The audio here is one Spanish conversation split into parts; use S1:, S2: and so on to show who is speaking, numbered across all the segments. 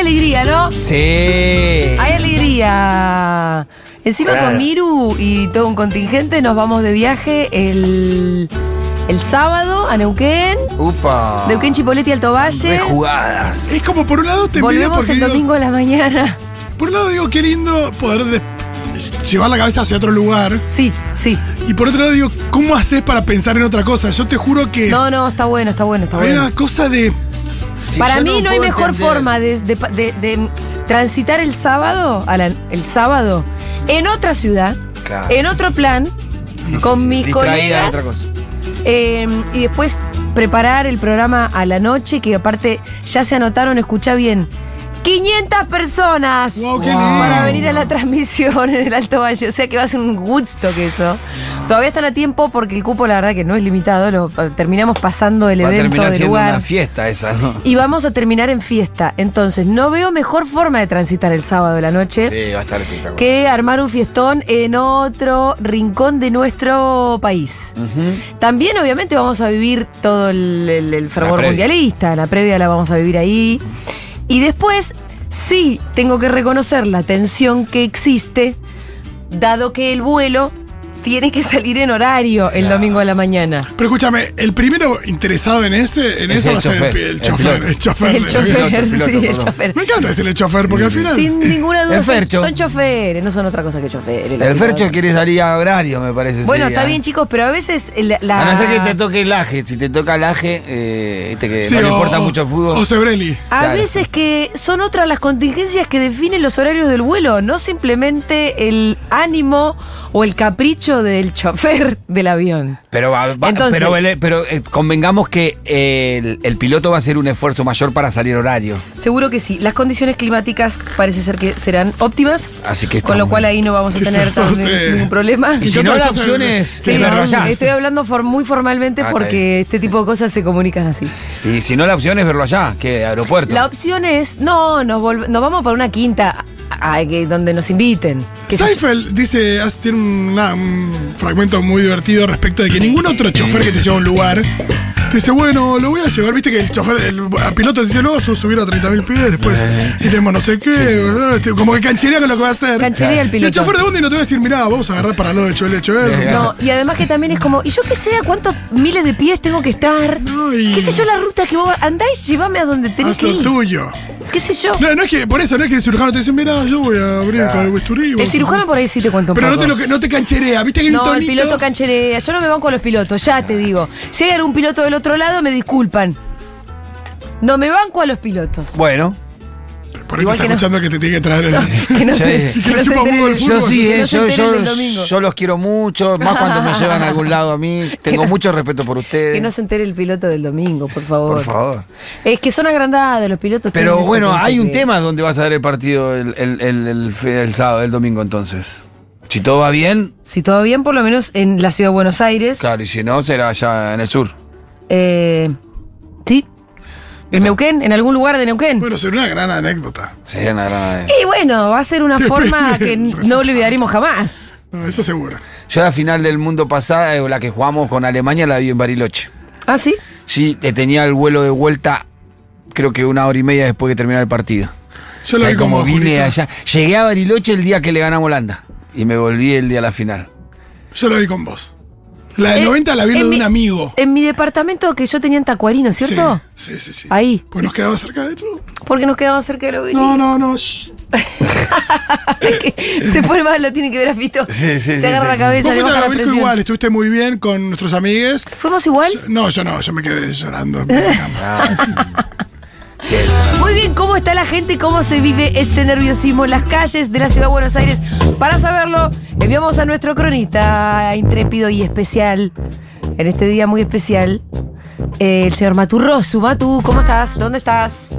S1: alegría, ¿no?
S2: Sí.
S1: Hay alegría. Encima
S3: Claro.
S1: con Miru y todo un contingente nos vamos de viaje el, el sábado a Neuquén.
S2: Upa.
S1: Neuquén, Chipoleti, Alto Valle.
S2: Re jugadas.
S4: Es como por un lado te envidio
S1: Volvemos
S4: porque
S1: el
S4: digo-
S1: domingo a la mañana.
S4: por un lado digo qué lindo poder des- llevar la cabeza hacia otro lugar
S1: Sí, sí.
S4: y por otro lado digo cómo haces para pensar en otra cosa. Yo te juro que
S1: No, no, está bueno, está bueno, está
S4: hay
S1: bueno.
S4: una cosa de
S2: Sí,
S1: Para
S2: yo
S1: mí no, hay
S2: puedo
S1: mejor
S2: entender.
S1: forma de, de- de- de transitar el sábado, a la- el sábado, en otra ciudad,
S2: Claro,
S1: en
S2: sí,
S1: otro plan, con mis
S2: Distraída en
S1: colegas,
S2: otra cosa.
S1: eh, y después preparar el programa a la noche, que aparte ya se anotaron, escucha bien, 500 personas
S4: Wow, qué lindo.
S1: para venir a la transmisión en el Alto Valle, o sea que va a ser un Woodstock eso. Todavía están a tiempo porque el cupo la verdad que no es limitado, lo, terminamos pasando el
S2: Va a
S1: evento
S2: terminar
S1: de
S2: siendo
S1: lugar.
S2: una fiesta esa, ¿no?
S1: Y vamos a terminar en fiesta. Entonces, no veo mejor forma de transitar el sábado de la noche
S2: Sí, va a estar espectacular.
S1: que armar un fiestón en otro rincón de nuestro país.
S2: Ujú.
S1: También, obviamente, vamos a vivir todo el, el- el fervor
S2: previa.
S1: mundialista. La previa la vamos a vivir ahí. Y después, sí, tengo que reconocer la tensión que existe, dado que el vuelo tiene que salir en horario el domingo a la mañana.
S4: Pero escúchame, el primero interesado en ese, en
S2: Es
S4: eso
S2: el
S4: va a ser el,
S2: chofer,
S4: pi- el
S2: el
S4: chofer,
S2: piloto.
S4: el chofer.
S1: El
S4: de-
S1: chofer,
S2: piloto,
S1: sí, el
S2: perdón.
S1: chofer.
S4: Me encanta decir el chofer, porque al final.
S1: Sin ninguna duda.
S2: El
S1: son-
S2: Fercho.
S1: Son, choferes, no son otra cosa que choferes. la
S2: El
S1: verdad.
S2: Fercho quiere salir a horario, me parece.
S1: Bueno,
S2: sí,
S1: está
S2: ¿eh?
S1: bien, chicos, pero a veces la. la-
S2: A no ser que te toque el aje. Si te toca el aje, eh, viste que
S4: Sí,
S2: no le
S4: o-
S2: importa mucho el fútbol.
S4: O Sebrelli.
S1: a
S2: claro.
S1: veces que son otras las contingencias que definen los horarios del vuelo, no simplemente el ánimo o el capricho del chofer del avión.
S2: Pero, va- va-
S1: Entonces-
S2: pero, vele- pero, eh, convengamos que eh, el, el piloto va a hacer un esfuerzo mayor para salir horario.
S1: Seguro que sí. Las condiciones climáticas parece ser que serán óptimas.
S2: Así que
S1: Con lo
S2: estamos-
S1: cual ahí no vamos a
S4: Sí,
S1: tener
S4: eso
S1: tan-
S4: sí.
S1: ningún problema.
S2: Y si
S4: yo
S2: no, la
S4: pensé-
S2: opción es
S1: Sí,
S2: te
S1: no,
S2: allá.
S1: estoy hablando for- muy formalmente
S2: Ah, está
S1: porque
S2: bien.
S1: este tipo de cosas se comunican así.
S2: Y si no, la opción es verlo allá, que aeropuerto.
S1: La opción es, no, nos, volve- nos vamos para una quinta a- a- que- donde nos inviten. Que-
S4: Seinfeld dice, hace- tiene una- un fragmento muy divertido respecto de que ningún otro chofer que te lleva a un lugar te dice, bueno, lo voy a llevar. Viste que el chofer, el piloto dice, lo vas a subir a 30.000 pibes, después
S1: Eh.
S4: iremos no sé qué, bla, bla, como que cancherea con lo que va a hacer.
S1: Cancherea el
S4: Y
S1: piloto. Eh.
S4: chofer de Bondi no te va a decir, mirá, vamos a agarrar para lo de Choel, Choel.
S1: No, y además que también es como, y yo qué sé a cuántos miles de pies tengo que estar.
S4: No, y-
S1: ¿Qué sé yo la ruta que vos andáis? Llévame a donde tenés
S4: Haz
S1: que
S4: lo
S1: ir.
S4: tuyo.
S1: ¿Qué sé yo?
S4: No, no es que, por eso, no es que el cirujano te dice, mirá, yo voy a abrir con el bisturí. vamos
S1: El
S4: a-
S1: cirujano por ahí sí te cuenta un
S4: Pero no
S1: poco.
S4: te, lo, no te cancherea, viste que hay un
S1: No, el
S4: tonito?
S1: piloto cancherea. Yo no me banco a los pilotos, ya te digo. Si hay algún piloto del otro lado, me disculpan. No me banco a los pilotos.
S2: Bueno,
S4: Por ahí te
S1: Igual
S4: está
S1: que no.
S4: escuchando que te tiene que traer el...
S1: Que no
S2: Sí.
S1: se,
S4: Que
S1: que no
S4: le
S1: se
S4: chupa
S1: enteren
S4: un huevo el
S1: del-
S4: fútbol.
S2: yo sí,
S1: que
S2: eh,
S1: no se
S2: yo,
S1: enteren
S2: yo-
S1: del domingo.
S2: yo los quiero mucho, más cuando me llevan a algún lado a mí. Tengo mucho respeto por ustedes.
S4: Eh.
S1: Que no se entere el piloto del domingo, por favor.
S2: Por favor.
S1: Es que son agrandados los pilotos. tienen
S2: Pero
S1: eso
S2: bueno,
S1: que no
S2: hay
S1: sé
S2: un
S1: qué.
S2: tema donde vas a dar el partido el, el- el- el fe- el sábado, el domingo entonces. Si todo va bien,
S1: Si todo bien, por lo menos en la ciudad de Buenos Aires.
S2: claro, y si no, será allá en el sur.
S1: Eh, sí. En Neuquén, en algún lugar de Neuquén.
S4: Bueno, sería una gran anécdota.
S2: Sería una gran idea.
S1: y bueno, va a ser una
S4: Depende
S1: forma que
S4: del
S1: no
S4: resultado.
S1: olvidaremos jamás.
S4: No, eso seguro.
S2: Yo la final del mundo pasada, eh, la que jugamos con Alemania, la vi en Bariloche.
S1: ¿Ah, sí?
S2: Sí, eh, tenía el vuelo de vuelta, creo que una hora y media después que terminara el partido.
S4: Yo lo
S2: O sea,
S4: vi
S2: como
S4: como
S2: vine
S4: Julito.
S2: allá. Llegué a Bariloche el día que le ganamos a Holanda. Y me volví el día de la final.
S4: Yo lo vi con vos. La del
S1: Eh,
S4: 90 la vi
S1: en
S4: lo de
S1: mi-
S4: un amigo.
S1: En mi departamento que yo tenía en Tacuarino, ¿cierto?
S4: Sí, sí, sí. sí.
S1: Ahí.
S4: Pues nos quedaba cerca de todo.
S1: Porque nos quedamos cerca de lo
S4: No, no, no. shh.
S1: Se pone mal, lo tiene que ver a Fito.
S2: Sí, sí,
S1: Se
S2: sí,
S1: agarra
S2: sí.
S1: la cabeza,
S4: Vos
S1: le
S4: fuiste
S1: baja la
S4: a la Virgo
S1: presión.
S4: igual, estuviste muy bien con nuestros amigues.
S1: ¿Fuimos igual?
S4: Yo- No, yo no, yo me quedé llorando. en mi cama.
S2: Ah, Sí, esa.
S1: Muy bien, ¿cómo está la gente? ¿Cómo se vive este nerviosismo en las calles de la ciudad de Buenos Aires? Para saberlo, enviamos a nuestro cronista intrépido y especial, en este día muy especial, eh, el señor Maturrosu. Matu, ¿cómo estás? ¿Dónde estás?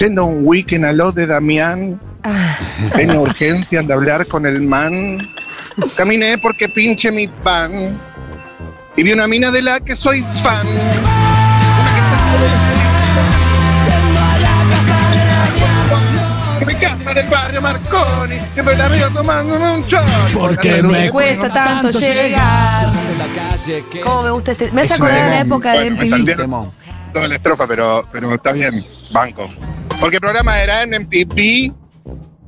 S5: Yendo a un weekend a lo de Damián,
S1: Ah,
S5: tenía urgencia de hablar con el man. Caminé porque pinche mi pan. Y vi una mina de la que soy fan. Me casa en el barrio Marconi, siempre la veo tomando un chorro.
S6: Porque
S1: me cuesta tanto llegar. ¿Cómo me gusta este? Me hace
S2: Es un
S1: acordar de la
S2: temón.
S1: época de
S5: Bueno, me
S1: MTV.
S5: salté.
S2: Temón.
S5: Toda la estrofa, pero, pero está bien, banco. Porque el programa era en MTV.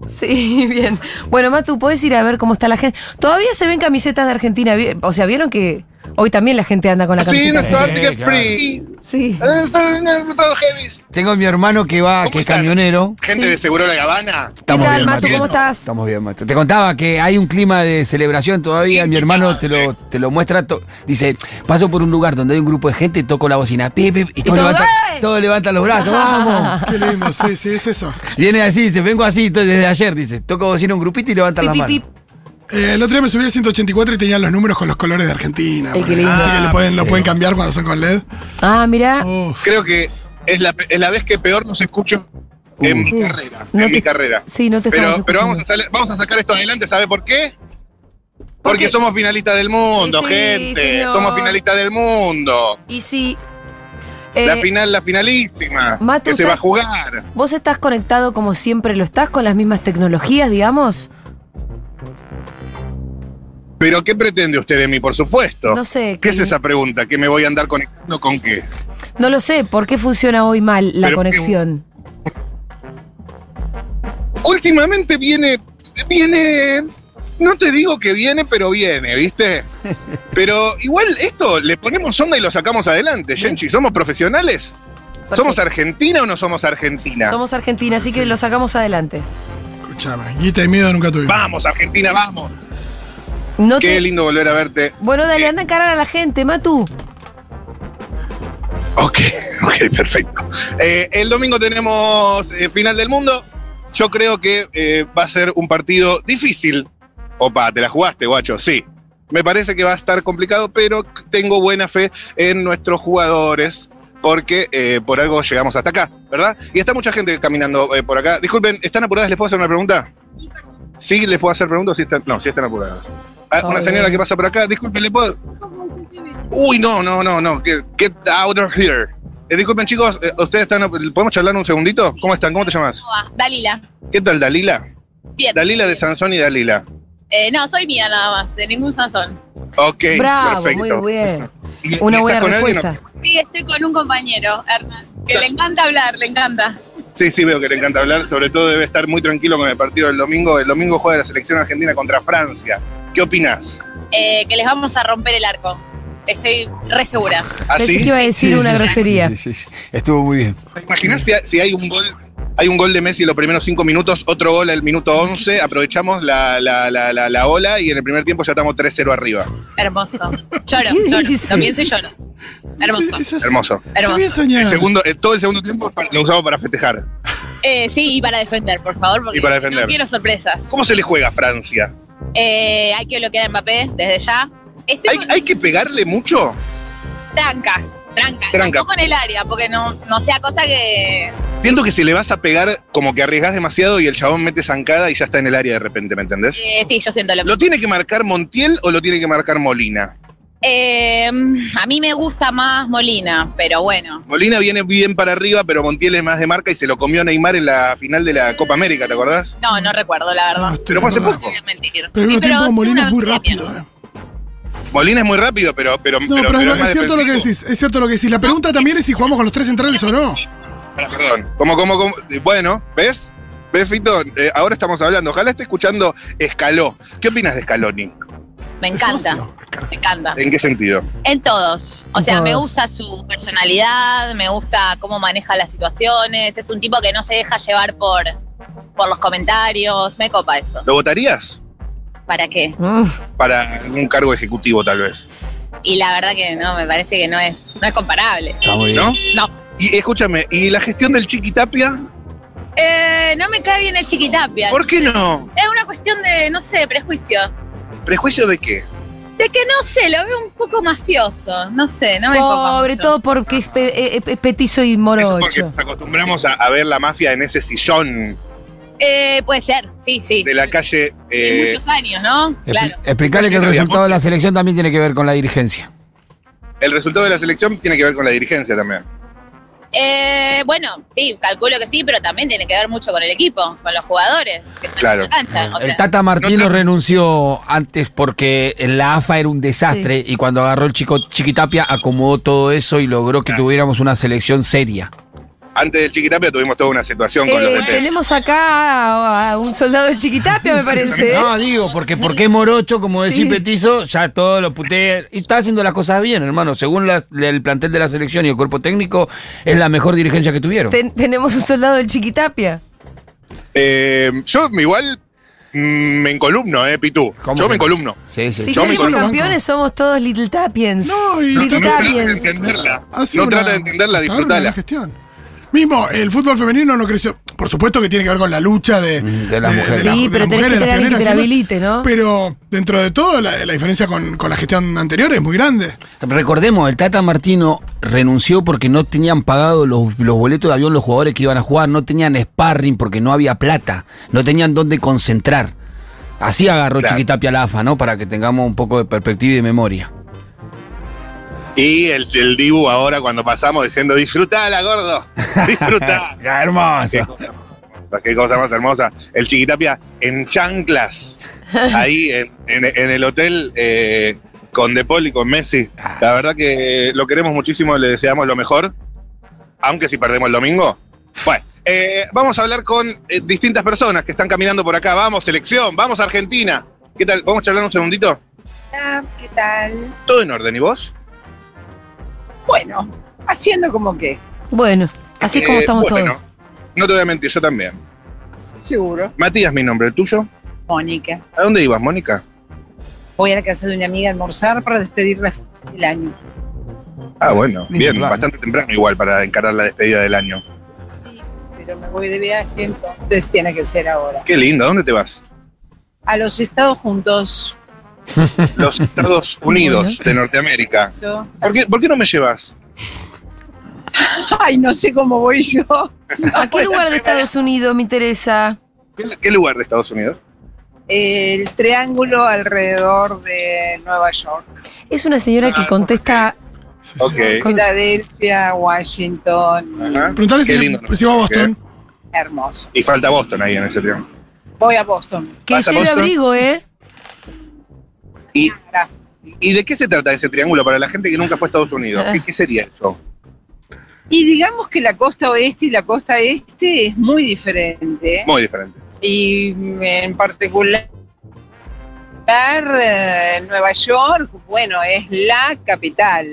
S1: Sí, bien. Bueno, Matu, puedes ir a ver cómo está la gente. Todavía se ven camisetas de Argentina. vi- O sea, vieron que hoy también la gente anda con la
S5: Sí,
S1: camiseta.
S5: nuestro
S2: Eh,
S5: Arctic
S2: claro.
S5: Free.
S1: Sí.
S5: Eh, Todo heavy.
S2: Tengo a mi hermano que va,
S5: ¿Cómo
S2: que es
S5: están?
S2: camionero.
S5: Gente
S1: Sí.
S5: de Seguro La Habana.
S2: Estamos
S1: tal,
S2: bien,
S1: Matu?
S2: Matu.
S1: ¿Cómo estás?
S2: Estamos bien, Matu. Te contaba que hay un clima de celebración todavía. Mi hermano te lo, te lo muestra. to- Dice, paso por un lugar donde hay un grupo de gente, toco la bocina, pi, pi, y todos
S1: todo,
S2: levantan,
S1: ¡eh!
S2: todos levantan los brazos, vamos.
S4: Qué lindo, sí, sí, es eso.
S2: Viene así, dice, vengo así to- desde ayer, dice, toco bocina un grupito y levantan
S1: Pi,
S2: las
S1: pi,
S2: manos.
S1: pi.
S4: Eh, el otro día me subí al 184 y tenían los números con los colores de Argentina.
S1: Ay, qué
S4: porque
S1: lindo.
S4: viste que lo pueden, lo pueden cambiar cuando son con LED. Oh.
S1: Ah, mira.
S4: Uf.
S5: Creo que es la, es la vez que peor nos escucho en mi carrera.
S1: Uh. No
S5: en mi
S1: te-
S5: carrera.
S1: Sí, no te
S5: Pero,
S1: estamos
S5: pero vamos, a
S1: escuchando.
S5: sal- vamos a sacar esto adelante, ¿sabe por qué?
S1: Porque-
S5: Porque somos finalistas del mundo,
S1: Sí,
S5: gente.
S1: señor.
S5: Somos finalistas del mundo.
S1: Y sí. Eh,
S5: la final, la finalísima.
S1: Matu,
S5: que se va a
S1: estás-
S5: jugar.
S1: ¿Vos estás conectado como siempre lo estás con las mismas tecnologías, digamos?
S5: Pero ¿qué pretende usted de mí, por supuesto?
S1: No sé,
S5: ¿Qué
S1: Eh, que-
S5: es esa pregunta? ¿Que me voy a andar conectando con qué?
S1: No lo sé, ¿por qué funciona hoy mal la
S5: Pero-
S1: conexión?
S5: Últimamente viene, viene, no te digo que viene, pero viene, ¿viste? Pero igual esto le ponemos onda y lo sacamos adelante, Genchi. ¿Somos profesionales? ¿Somos
S1: Perfecto.
S5: Argentina o no somos Argentina?
S1: Somos Argentina, así que lo sacamos adelante.
S4: Escuchame, guita y miedo nunca tuvimos.
S5: Vamos, Argentina, vamos. Eh.
S1: No
S5: Qué
S1: te-
S5: lindo volver a verte.
S1: Bueno, dale, anda a encarar a la gente, Matu.
S5: Ok, ok, perfecto. Eh, el domingo tenemos eh, final del mundo. Yo creo que eh, va a ser un partido difícil. Opa, te la jugaste, guacho, sí. Me parece que va a estar complicado, pero tengo buena fe en nuestros jugadores, porque eh, por algo llegamos hasta acá, ¿verdad? Y está mucha gente caminando eh, por acá. Disculpen, ¿están apuradas? ¿Les puedo hacer una pregunta? Sí, les puedo hacer preguntas. Sí están, no, sí están apuradas. Ah,
S1: Está
S5: una
S1: bien.
S5: señora que pasa por acá, disculpen, ¿le puedo...? Uy, no, no, no, no. Get, get out of here. Eh, disculpen, chicos, eh, ¿ustedes están. ¿Podemos charlar un segundito? ¿Cómo están? ¿Cómo te llamas?
S3: Ah, Dalila.
S5: ¿Qué tal, Dalila?
S3: Bien.
S5: Dalila de Sansón y Dalila.
S3: Eh, no, soy mía nada más, de ningún sazón.
S5: Ok,
S1: Bravo,
S5: perfecto.
S1: muy bien.
S5: ¿Y- y
S1: Una buena
S5: estás con alguien o-
S1: respuesta.
S3: Sí, estoy con un compañero, Hernán, que le encanta hablar, le encanta.
S5: Sí, sí, veo que le encanta hablar. Sobre todo debe estar muy tranquilo con el partido del domingo. El domingo juega la selección argentina contra Francia. ¿Qué opinás?
S3: Eh, que les vamos a romper el arco. Estoy re segura.
S1: Pensé que
S5: ¿Así?
S1: iba a decir
S2: Sí,
S1: una
S2: sí,
S1: grosería.
S2: sí, sí, sí. Estuvo muy bien.
S5: ¿Te imaginás si, si hay un gol? Hay un gol de Messi en los primeros cinco minutos, otro gol al minuto 11. Aprovechamos la, la, la, la, la ola y en el primer tiempo ya estamos 3-0 arriba.
S3: Hermoso. Lloro,
S1: ¿Qué
S3: lloro.
S1: dice?
S3: Lo pienso y lloro. Hermoso.
S4: Es así.
S5: Hermoso.
S4: Qué bien
S3: Hermoso.
S5: El
S4: soñado.
S5: segundo, eh, todo el segundo tiempo pa- lo usamos para festejar.
S3: Eh, sí, y para defender, por favor, porque
S5: Y para defender.
S3: no quiero sorpresas.
S5: ¿Cómo se le juega a Francia?
S3: Eh, hay que bloquear a Mbappé desde ya.
S1: Este
S5: ¿Hay,
S3: Estemos
S5: hay que pegarle mucho?
S3: tranca, tranca,
S5: Tranca.
S3: Tampoco en el área, porque no, no sea cosa que
S5: Siento que si le vas a pegar, como que arriesgas demasiado y el chabón mete zancada y ya está en el área de repente, ¿me entendés?
S3: Eh, sí, yo siento lo mismo.
S5: ¿Lo tiene que marcar Montiel o lo tiene que marcar Molina?
S3: Eh, a mí me gusta más Molina, pero bueno.
S5: Molina viene bien para arriba, pero Montiel es más de marca y se lo comió Neymar en la final de la Copa América, ¿te acordás?
S3: No, no recuerdo, la
S4: Ah,
S3: verdad.
S4: estoy
S5: Pero fue hace
S4: acordado.
S3: No te voy a mentir.
S4: Pero al mismo
S3: Sí,
S4: tiempo
S3: sí,
S4: Molina
S3: una
S4: es muy
S3: vez
S4: rápido.
S3: bien.
S4: eh.
S5: Molina es muy rápido, pero, pero,
S4: No, pero, es,
S5: más
S4: es cierto lo que
S5: defensivo.
S4: decís, es cierto lo que decís. La pregunta también es si jugamos con los tres centrales o no.
S5: Ah, Perdón. Como, como, como. eh, Bueno, ¿ves? ¿Ves, Fito? Eh, ahora estamos hablando. Ojalá esté escuchando Escaló. ¿Qué opinas de Scaloni?
S3: Me encanta, me encanta.
S5: ¿En qué sentido?
S3: En todos. O
S1: En
S3: sea, me
S1: todos.
S3: gusta su personalidad, me gusta cómo maneja las situaciones. Es un tipo que no se deja llevar por, por los comentarios. Me copa eso.
S5: ¿Lo votarías?
S3: ¿Para qué?
S1: Mm.
S5: Para un cargo ejecutivo, tal vez.
S3: Y la verdad que no, me parece que no es, no es comparable.
S2: Está muy bien.
S5: ¿No?
S3: No.
S5: Y escúchame, ¿y la gestión del Chiquitapia?
S3: Eh, no me cae bien el chiquitapia.
S5: ¿Por qué no?
S3: Es una cuestión de, no sé, prejuicio.
S5: ¿Prejuicio de qué?
S3: De que no sé, lo veo un poco mafioso. No sé, no me copa
S1: Sobre
S3: mucho.
S1: todo porque es, pe- eh, eh, petizo y
S5: Eso porque
S1: morocho.
S5: nos acostumbramos a, a ver la mafia en ese sillón
S3: Eh, puede ser, sí, sí.
S5: de la calle.
S3: De
S5: eh,
S3: muchos años, ¿no? Claro.
S2: Explicarle que el
S5: Imagino,
S2: resultado de la selección también tiene que ver con la dirigencia.
S5: el resultado de la selección tiene que ver con la dirigencia también.
S3: Eh, bueno, sí, calculo que sí, pero también tiene que ver mucho con el equipo, con los jugadores que están
S5: Claro.
S3: en la cancha. o
S2: El
S3: sea,
S2: Tata Martino
S5: no-
S2: renunció antes porque la AFA era un desastre y cuando agarró el chico Chiquitapia acomodó todo eso y logró que tuviéramos una selección seria.
S5: antes del Chiquitapia tuvimos toda una situación con los
S1: Eh,
S5: DT.
S1: tenemos acá a, a un soldado de Chiquitapia, me parece. ¿eh?
S2: No, digo, porque porque es morocho, como decís
S1: Sí.
S2: Petizo, ya todo lo putea. Y está haciendo las cosas bien, hermano. Según la- el plantel de la selección y el cuerpo técnico, es la mejor dirigencia que tuvieron.
S1: Ten- tenemos un soldado de Chiquitapia.
S5: Eh, yo igual mm, me encolumno, ¿eh, Pitu?
S2: ¿Cómo
S5: Yo
S2: que-
S5: me encolumno.
S2: Sí, sí.
S1: Si
S5: yo me
S1: salimos
S5: conozco.
S1: campeones, somos todos Little Tapiens.
S4: No, y-
S1: Little
S5: No trata de
S1: Tapiens.
S5: entenderla.
S4: Ha sido
S5: No
S4: una-
S5: trata de entenderla,
S4: hasta ahora una gran
S5: disfrutala.
S4: gestión. Mismo, el fútbol femenino no creció. Por supuesto que tiene que ver con la lucha de,
S2: Mm, de las mujeres.
S1: Sí,
S4: las-
S1: pero
S4: las
S1: tenés que
S4: mujeres,
S1: tener
S4: las
S1: alguien que te
S4: pioneras,
S1: habilite,
S4: siempre.
S1: ¿no?
S4: Pero dentro de todo, la, la diferencia con, con la gestión anterior es muy grande.
S2: Recordemos, el Tata Martino renunció porque no tenían pagado los, los boletos de avión los jugadores que iban a jugar, no tenían sparring porque no había plata, no tenían dónde concentrar. Así agarró
S5: Claro.
S2: Chiquitapia la AFA, ¿no? Para que tengamos un poco de perspectiva y de memoria.
S5: Y el, el Dibu ahora cuando pasamos diciendo, disfrutala, gordo. Disfrutala.
S2: Ya, hermoso.
S5: Qué cosa más hermosa, Qué cosa más hermosa. El Chiquitapia en chanclas. Ahí en, en- en el hotel eh, con De Paul y con Messi. La verdad que lo queremos muchísimo, le deseamos lo mejor. Aunque si perdemos el domingo. Bueno, eh, vamos a hablar con eh, distintas personas que están caminando por acá. Vamos, selección, vamos Argentina. ¿Qué tal? ¿Vamos a charlar un segundito?
S6: Hola, ¿qué tal?
S5: Todo en orden, ¿y vos?
S6: Bueno, haciendo como que,
S1: Bueno, así es como
S5: Eh,
S1: estamos
S5: bueno,
S1: todos.
S5: No te voy a mentir, yo también.
S6: seguro.
S5: Matías, mi nombre, ¿el tuyo?
S6: Mónica,
S5: ¿A dónde ibas, Mónica?
S6: voy a la casa de una amiga a almorzar para despedirla el año.
S5: Ah, bueno,
S2: Lindo
S5: bien,
S2: plan.
S5: bastante temprano igual para encarar la despedida del año.
S6: Sí, pero me voy de viaje, entonces tiene que ser ahora.
S5: Qué lindo, ¿a ¿dónde te vas?
S6: A los Estados Juntos,
S5: Los Estados Unidos de Norteamérica.
S6: eso.
S5: ¿Por qué, por qué no me llevas?
S6: Ay, no sé cómo voy yo.
S1: ¿A qué lugar de Estados Unidos me interesa?
S5: ¿Qué, qué lugar de Estados Unidos?
S6: El triángulo alrededor de Nueva York,
S1: Es una señora que
S5: Ah,
S1: contesta
S4: Sí, sí.
S5: Ok.
S1: con...
S6: Filadelfia, Washington,
S5: Eh, Ajá.
S4: Preguntale
S5: Qué
S4: si,
S5: lindo.
S4: si va a Boston.
S6: hermoso.
S5: Y falta Boston ahí en ese tiempo.
S6: Voy a Boston.
S1: que
S5: ¿Vas a
S1: lleve
S5: Boston?
S1: abrigo, ¿eh?
S5: ¿Y,
S6: Ahora,
S5: ¿Y de qué se trata ese triángulo para la gente que nunca fue a Estados Unidos? ¿Qué, qué sería esto?
S6: Y digamos que la costa oeste y la costa este es muy diferente. ¿eh?
S5: Muy diferente.
S6: y mm, en particular eh, Nueva York, bueno, es la capital,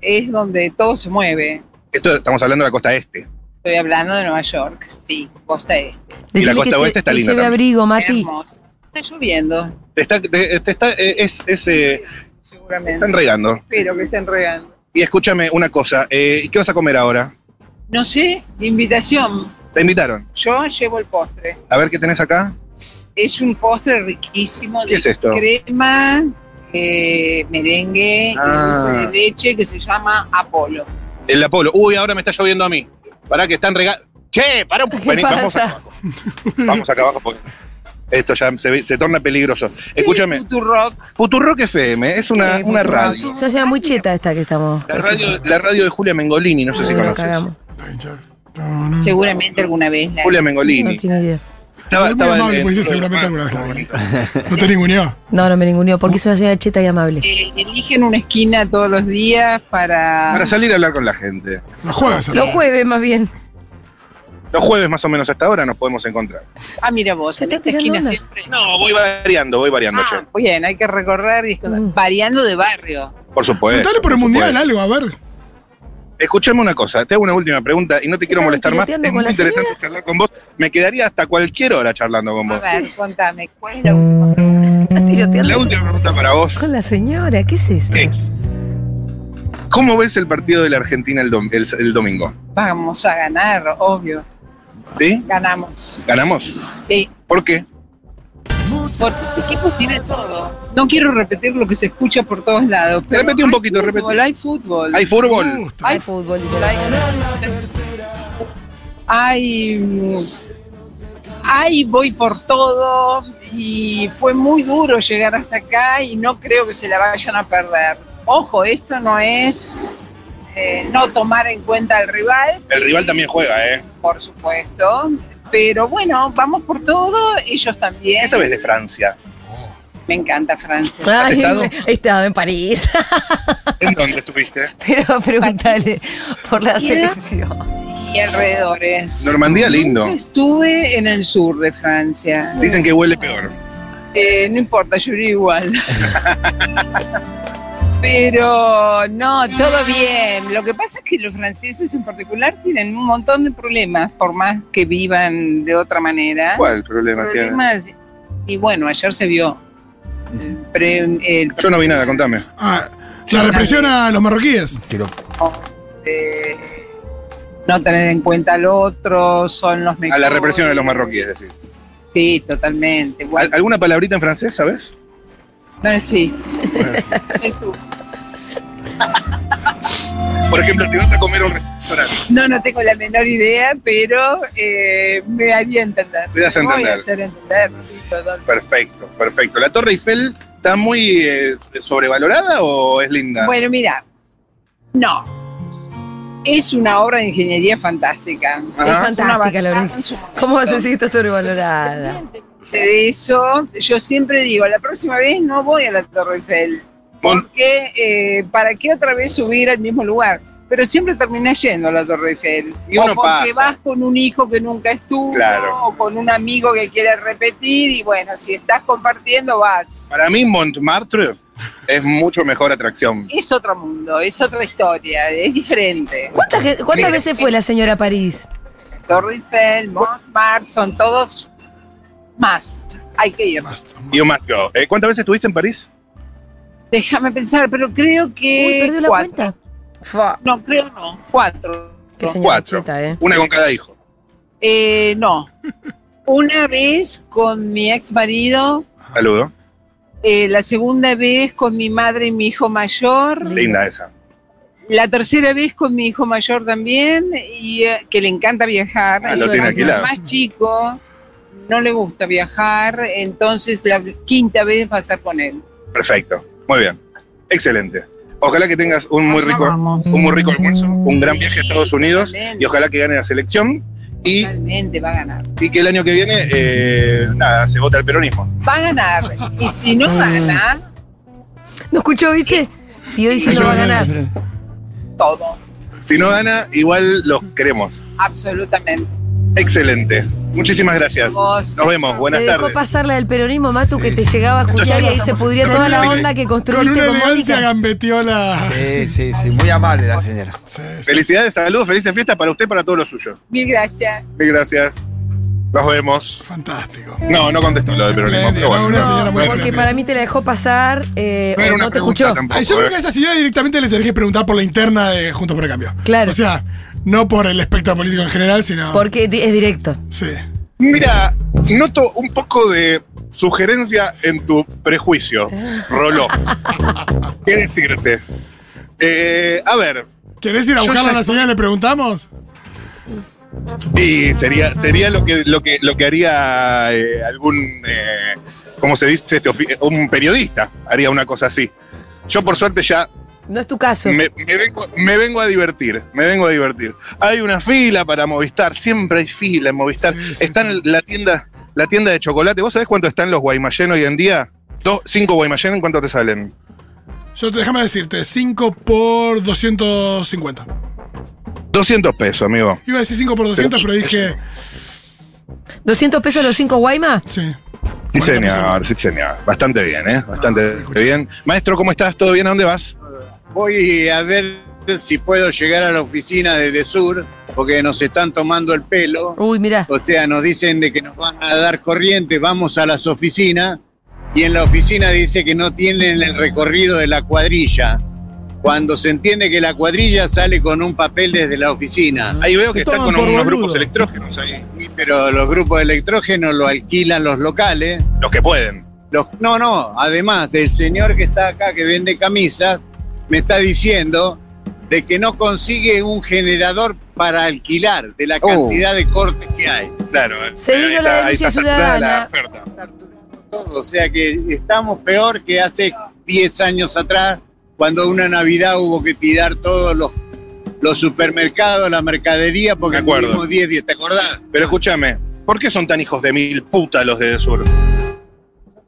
S6: es donde todo se mueve.
S5: Esto estamos hablando de la costa este.
S6: Estoy hablando de Nueva York, sí, costa este.
S5: la
S1: Decirle
S5: costa
S1: que, se-
S5: oeste está
S1: que
S5: linda
S1: lleve
S5: también.
S1: abrigo, Mati.
S6: Hermoso. Está lloviendo,
S5: Te está, te- te está- eh, es, es, eh,
S6: seguramente.
S5: están regando.
S6: Espero que estén regando.
S5: Y escúchame una cosa. eh, ¿Qué vas a comer ahora?
S6: No sé, invitación.
S5: Te invitaron.
S6: Yo llevo el postre.
S5: A ver qué tenés acá.
S6: Es un postre riquísimo
S5: ¿Qué
S6: de
S5: es esto?
S6: crema, eh, merengue
S5: Ah.
S6: y dulce de leche que se llama Apolo.
S5: El Apolo. Uy, ahora me está lloviendo a mí. Pará que están regando. Che, pará un poco.
S1: ¿Qué
S5: Vení, vamos
S1: pasa?
S5: acá abajo. Vamos acá abajo porque esto ya se, ve- se torna peligroso. Escúchame,
S6: Futurock.
S5: Futurock FM es una,
S1: Eh,
S5: una
S1: porque-
S5: radio.
S1: Es una señora muy cheta esta que estamos.
S5: La radio, la radio de Julia Mengolini, no sé si
S1: Eh, la
S5: conoces.
S1: cagamos.
S4: No, no.
S6: Mm. Seguramente alguna vez la
S5: Julia
S1: No
S5: Mengolini.
S1: tiene idea.
S5: Estaba,
S4: Es muy
S5: estaba
S4: amable,
S5: en-
S4: pues,
S5: en-
S4: sí, seguramente alguna vez la vi. No te ninguneó.
S1: No, no me ninguneó, porque es una señora cheta y amable.
S6: Eh, eligen una esquina todos los días para,
S5: Para salir a hablar con la gente.
S4: La juegas.
S1: Los jueves, más bien.
S5: Los jueves más o menos hasta ahora nos podemos encontrar.
S6: ah mira vos
S1: Se
S6: en
S1: está tirando
S6: esta esquina
S1: onda.
S6: siempre
S5: No, voy variando, voy variando,
S6: Ah,
S5: che.
S6: bien hay que recorrer y
S1: Mm.
S6: variando de barrio
S5: Por supuesto.
S4: Preguntale por el
S5: por
S4: mundial
S5: supuesto.
S4: algo, a ver.
S5: Escuchame una cosa, te hago una última pregunta y no te
S1: Se
S5: quiero
S1: estaba
S5: molestar más. Es
S1: tiroteando
S5: muy
S1: con la
S5: interesante charlar con vos. Me quedaría hasta cualquier hora charlando con
S6: a
S5: vos.
S6: ver contame cuál es la
S1: Mm.
S6: última
S1: Está
S5: La
S1: tiroteando
S5: última pregunta para vos
S1: con la señora. ¿Qué es esto?
S5: es: ¿Cómo ves el partido de la Argentina el, dom- el- el domingo?
S6: vamos a ganar obvio
S5: ¿Sí?
S6: ganamos
S5: ¿Ganamos?
S6: sí
S5: ¿Por qué?
S6: porque este equipo tiene todo no quiero repetir lo que se escucha por todos lados pero
S5: Repetí un
S6: hay
S5: poquito,
S6: fútbol,
S5: repetí.
S6: hay fútbol
S5: Hay
S4: Me
S5: fútbol.
S4: gusta.
S1: Hay fútbol. dice
S6: hay,
S1: la-
S6: hay, mm, hay, voy por todo y fue muy duro llegar hasta acá y no creo que se la vayan a perder. Ojo, esto no es eh, no tomar en cuenta al rival,
S5: El rival también juega, ¿eh?
S6: por supuesto, pero bueno, vamos por todo, ellos también.
S5: ¿Qué sabes de Francia?
S6: Me encanta Francia.
S1: Ay,
S5: ¿Has estado?
S1: me- he estado en París.
S5: ¿En dónde estuviste?
S1: Pero pregúntale por la
S6: Mira.
S1: selección.
S6: y alrededores.
S5: Normandía, lindo.
S6: Nunca Estuve en el sur de Francia.
S5: Dicen que huele peor.
S6: Eh, no importa, yo iría igual. Pero no, todo bien. Lo que pasa es que los franceses en particular tienen un montón de problemas, por más que vivan de otra manera.
S5: ¿Cuál problema tiene?
S6: Problemas, y bueno, ayer se vio. el pre- el-
S5: Yo no vi nada, contame.
S4: Ah, la represión a los marroquíes.
S2: Quiero-
S6: de no tener en cuenta al otro, son los
S5: A
S6: mejores.
S5: la represión de los marroquíes, decís.
S6: Sí, totalmente. Bueno,
S5: ¿Al- ¿Alguna palabrita en francés, sabes?
S6: no, sí. Sí, tú.
S5: Por ejemplo, te vas a comer a un restaurante.
S6: No, no tengo la menor idea, pero eh, me haría entender.
S5: Te das a
S6: Me voy
S5: entender.
S6: hacer entender, sí, total.
S5: Perfecto, perfecto. ¿La Torre Eiffel está muy eh, sobrevalorada o es linda?
S6: Bueno, mira, no. Es una obra de ingeniería fantástica.
S1: Es
S5: Ajá.
S1: fantástica la verdad. ¿Cómo vas a decir que está sobrevalorada?
S6: De eso, yo siempre digo, la próxima vez no voy a la Torre Eiffel.
S5: Mon-
S6: Porque, eh, ¿para qué otra vez subir al mismo lugar? Pero siempre terminás yendo a la Torre Eiffel.
S5: Y uno
S6: o
S5: pasa.
S6: porque vas con un hijo que nunca estuvo,
S5: Claro.
S6: o con un amigo que quiere repetir, y bueno, si estás compartiendo, vas.
S5: Para mí, Montmartre es mucho mejor atracción.
S6: Es otro mundo, es otra historia, es diferente. eh,
S1: ¿Cuánta ge- ¿Cuántas,
S5: Mira.
S1: veces fue la señora a París?
S6: Torre Eiffel, Montmartre, son todos más. Hay que ir.
S4: Basta.
S5: You must go. Eh, ¿Cuántas veces estuviste en París?
S6: Déjame pensar, pero creo
S1: Uy,
S6: que
S1: perdió la
S6: cuatro.
S1: cuenta.
S6: No, creo no. Cuatro.
S1: Qué señora
S5: Cuatro.
S1: cheta, ¿eh?
S5: Una con cada hijo.
S6: Eh, no. Una vez con mi ex marido,
S5: Saludo.
S6: eh, la segunda vez con mi madre y mi hijo mayor,
S5: Linda esa.
S6: la tercera vez con mi hijo mayor también, y eh, que le encanta viajar.
S5: Ah,
S1: lo
S6: El
S1: tiene
S5: alquilado.
S6: más chico no le gusta viajar, entonces la quinta vez va a ser con él.
S5: Perfecto. Muy bien. Excelente. Ojalá que tengas un muy rico, un muy rico almuerzo,
S1: Mm.
S5: un gran viaje a Estados Unidos y ojalá que gane la selección y,
S6: Realmente va a ganar.
S5: y que el año que viene eh, nada, se vota el peronismo.
S6: Va a ganar. Y si no gana,
S1: ¿No escuchó, viste? Si hoy sí no va a ganar.
S6: todo.
S5: Si no gana, igual los queremos.
S6: Absolutamente.
S5: Excelente. Muchísimas gracias.
S6: Vos-
S5: Nos vemos. Oh, Buenas
S1: te dejó
S5: tardes.
S1: pasar la del peronismo, Matu, que te llegaba a escuchar y ahí se pudría
S4: Con
S1: toda la
S4: una-
S1: onda que
S4: Con
S1: construiste
S4: una
S1: con
S4: elegancia
S1: Mónica.
S4: gambeteó la.
S2: Sí, sí, sí. Muy amable la señora.
S4: Sí, sí.
S5: Felicidades, saludos, felices fiestas para usted y para todos los suyos.
S6: Mil gracias.
S5: Mil gracias. Nos vemos.
S4: Fantástico.
S5: No, no contestó lo del peronismo. pero bueno.
S4: Una señora muy
S1: Porque
S4: grande.
S1: para mí te la dejó pasar eh,
S5: No era
S1: o
S5: una
S1: no te
S5: pregunta
S1: escuchó.
S5: tampoco,
S4: Ay, yo creo
S5: ¿eh?
S4: que a esa señora directamente le tenés que preguntar por la interna de Juntos por el Cambio.
S1: Claro.
S4: O sea, no por el espectro político en general, sino.
S1: Porque di- es directo.
S4: Sí.
S5: Mira, noto un poco de sugerencia en tu prejuicio,
S4: Ah.
S5: Rolo. ¿Qué decirte? Eh, a ver,
S4: ¿Querés ir a
S5: Yo
S4: buscarla a
S5: ya-
S4: la señora y le preguntamos?
S5: y sería, sería lo que lo que lo que haría eh, algún eh, ¿cómo se dice? Este ofi- un periodista haría una cosa así. Yo por suerte ya
S1: No es tu caso.
S5: me, me vengo, me vengo a divertir, me vengo a divertir. Hay una fila para Movistar, siempre hay fila en Movistar.
S4: Sí, sí,
S5: está en la tienda, la tienda de chocolate. ¿Vos sabés cuánto están los Guaymallén hoy en día? Dos, cinco Guaymallén, ¿cuánto te salen?
S4: Yo te déjame decirte, 5 por 250.
S5: 200 pesos, amigo.
S4: Iba a decir 5 por 200, pero dije.
S1: 200 pesos los 5 Guaymas.
S4: Sí.
S5: Sí,
S4: 40
S5: señor,
S4: personas.
S5: sí, señor. Bastante bien, ¿eh? Bastante
S4: escucha.
S5: bien. Maestro, ¿cómo estás? ¿Todo bien? ¿A dónde vas?
S7: Voy a ver si puedo llegar a la oficina desde Sur, porque nos están tomando el pelo.
S1: Uy, mirá.
S7: O sea, nos dicen de que nos van a dar corriente, vamos a las oficinas y en la oficina dice que no tienen el recorrido de la cuadrilla. Cuando se entiende que la cuadrilla sale con un papel desde la oficina.
S5: Ahí veo que
S4: Te
S5: estás
S4: Ah. toman
S5: con
S4: por
S5: unos
S4: boludo.
S5: grupos electrógenos ahí.
S7: Sí, Pero los grupos de electrógeno lo alquilan los locales.
S5: Los que pueden.
S7: Los- no, no, además, el señor que está acá, que vende camisas, me está diciendo de que no consigue un generador para alquilar de la
S5: Oh.
S7: cantidad de cortes que hay.
S5: Claro.
S1: Se
S5: eh,
S1: vino
S5: ahí
S1: la
S5: ahí
S1: denuncia
S5: saturada
S1: ciudadana.
S5: la oferta.
S7: Todo, O sea que estamos peor que hace 10 años atrás, cuando una Navidad hubo que tirar todos los, los supermercados, la mercadería, porque
S5: De acuerdo.
S7: tuvimos 10 días, ¿te acordás?
S5: Pero escúchame, ¿por qué son tan hijos de mil puta los de Sur?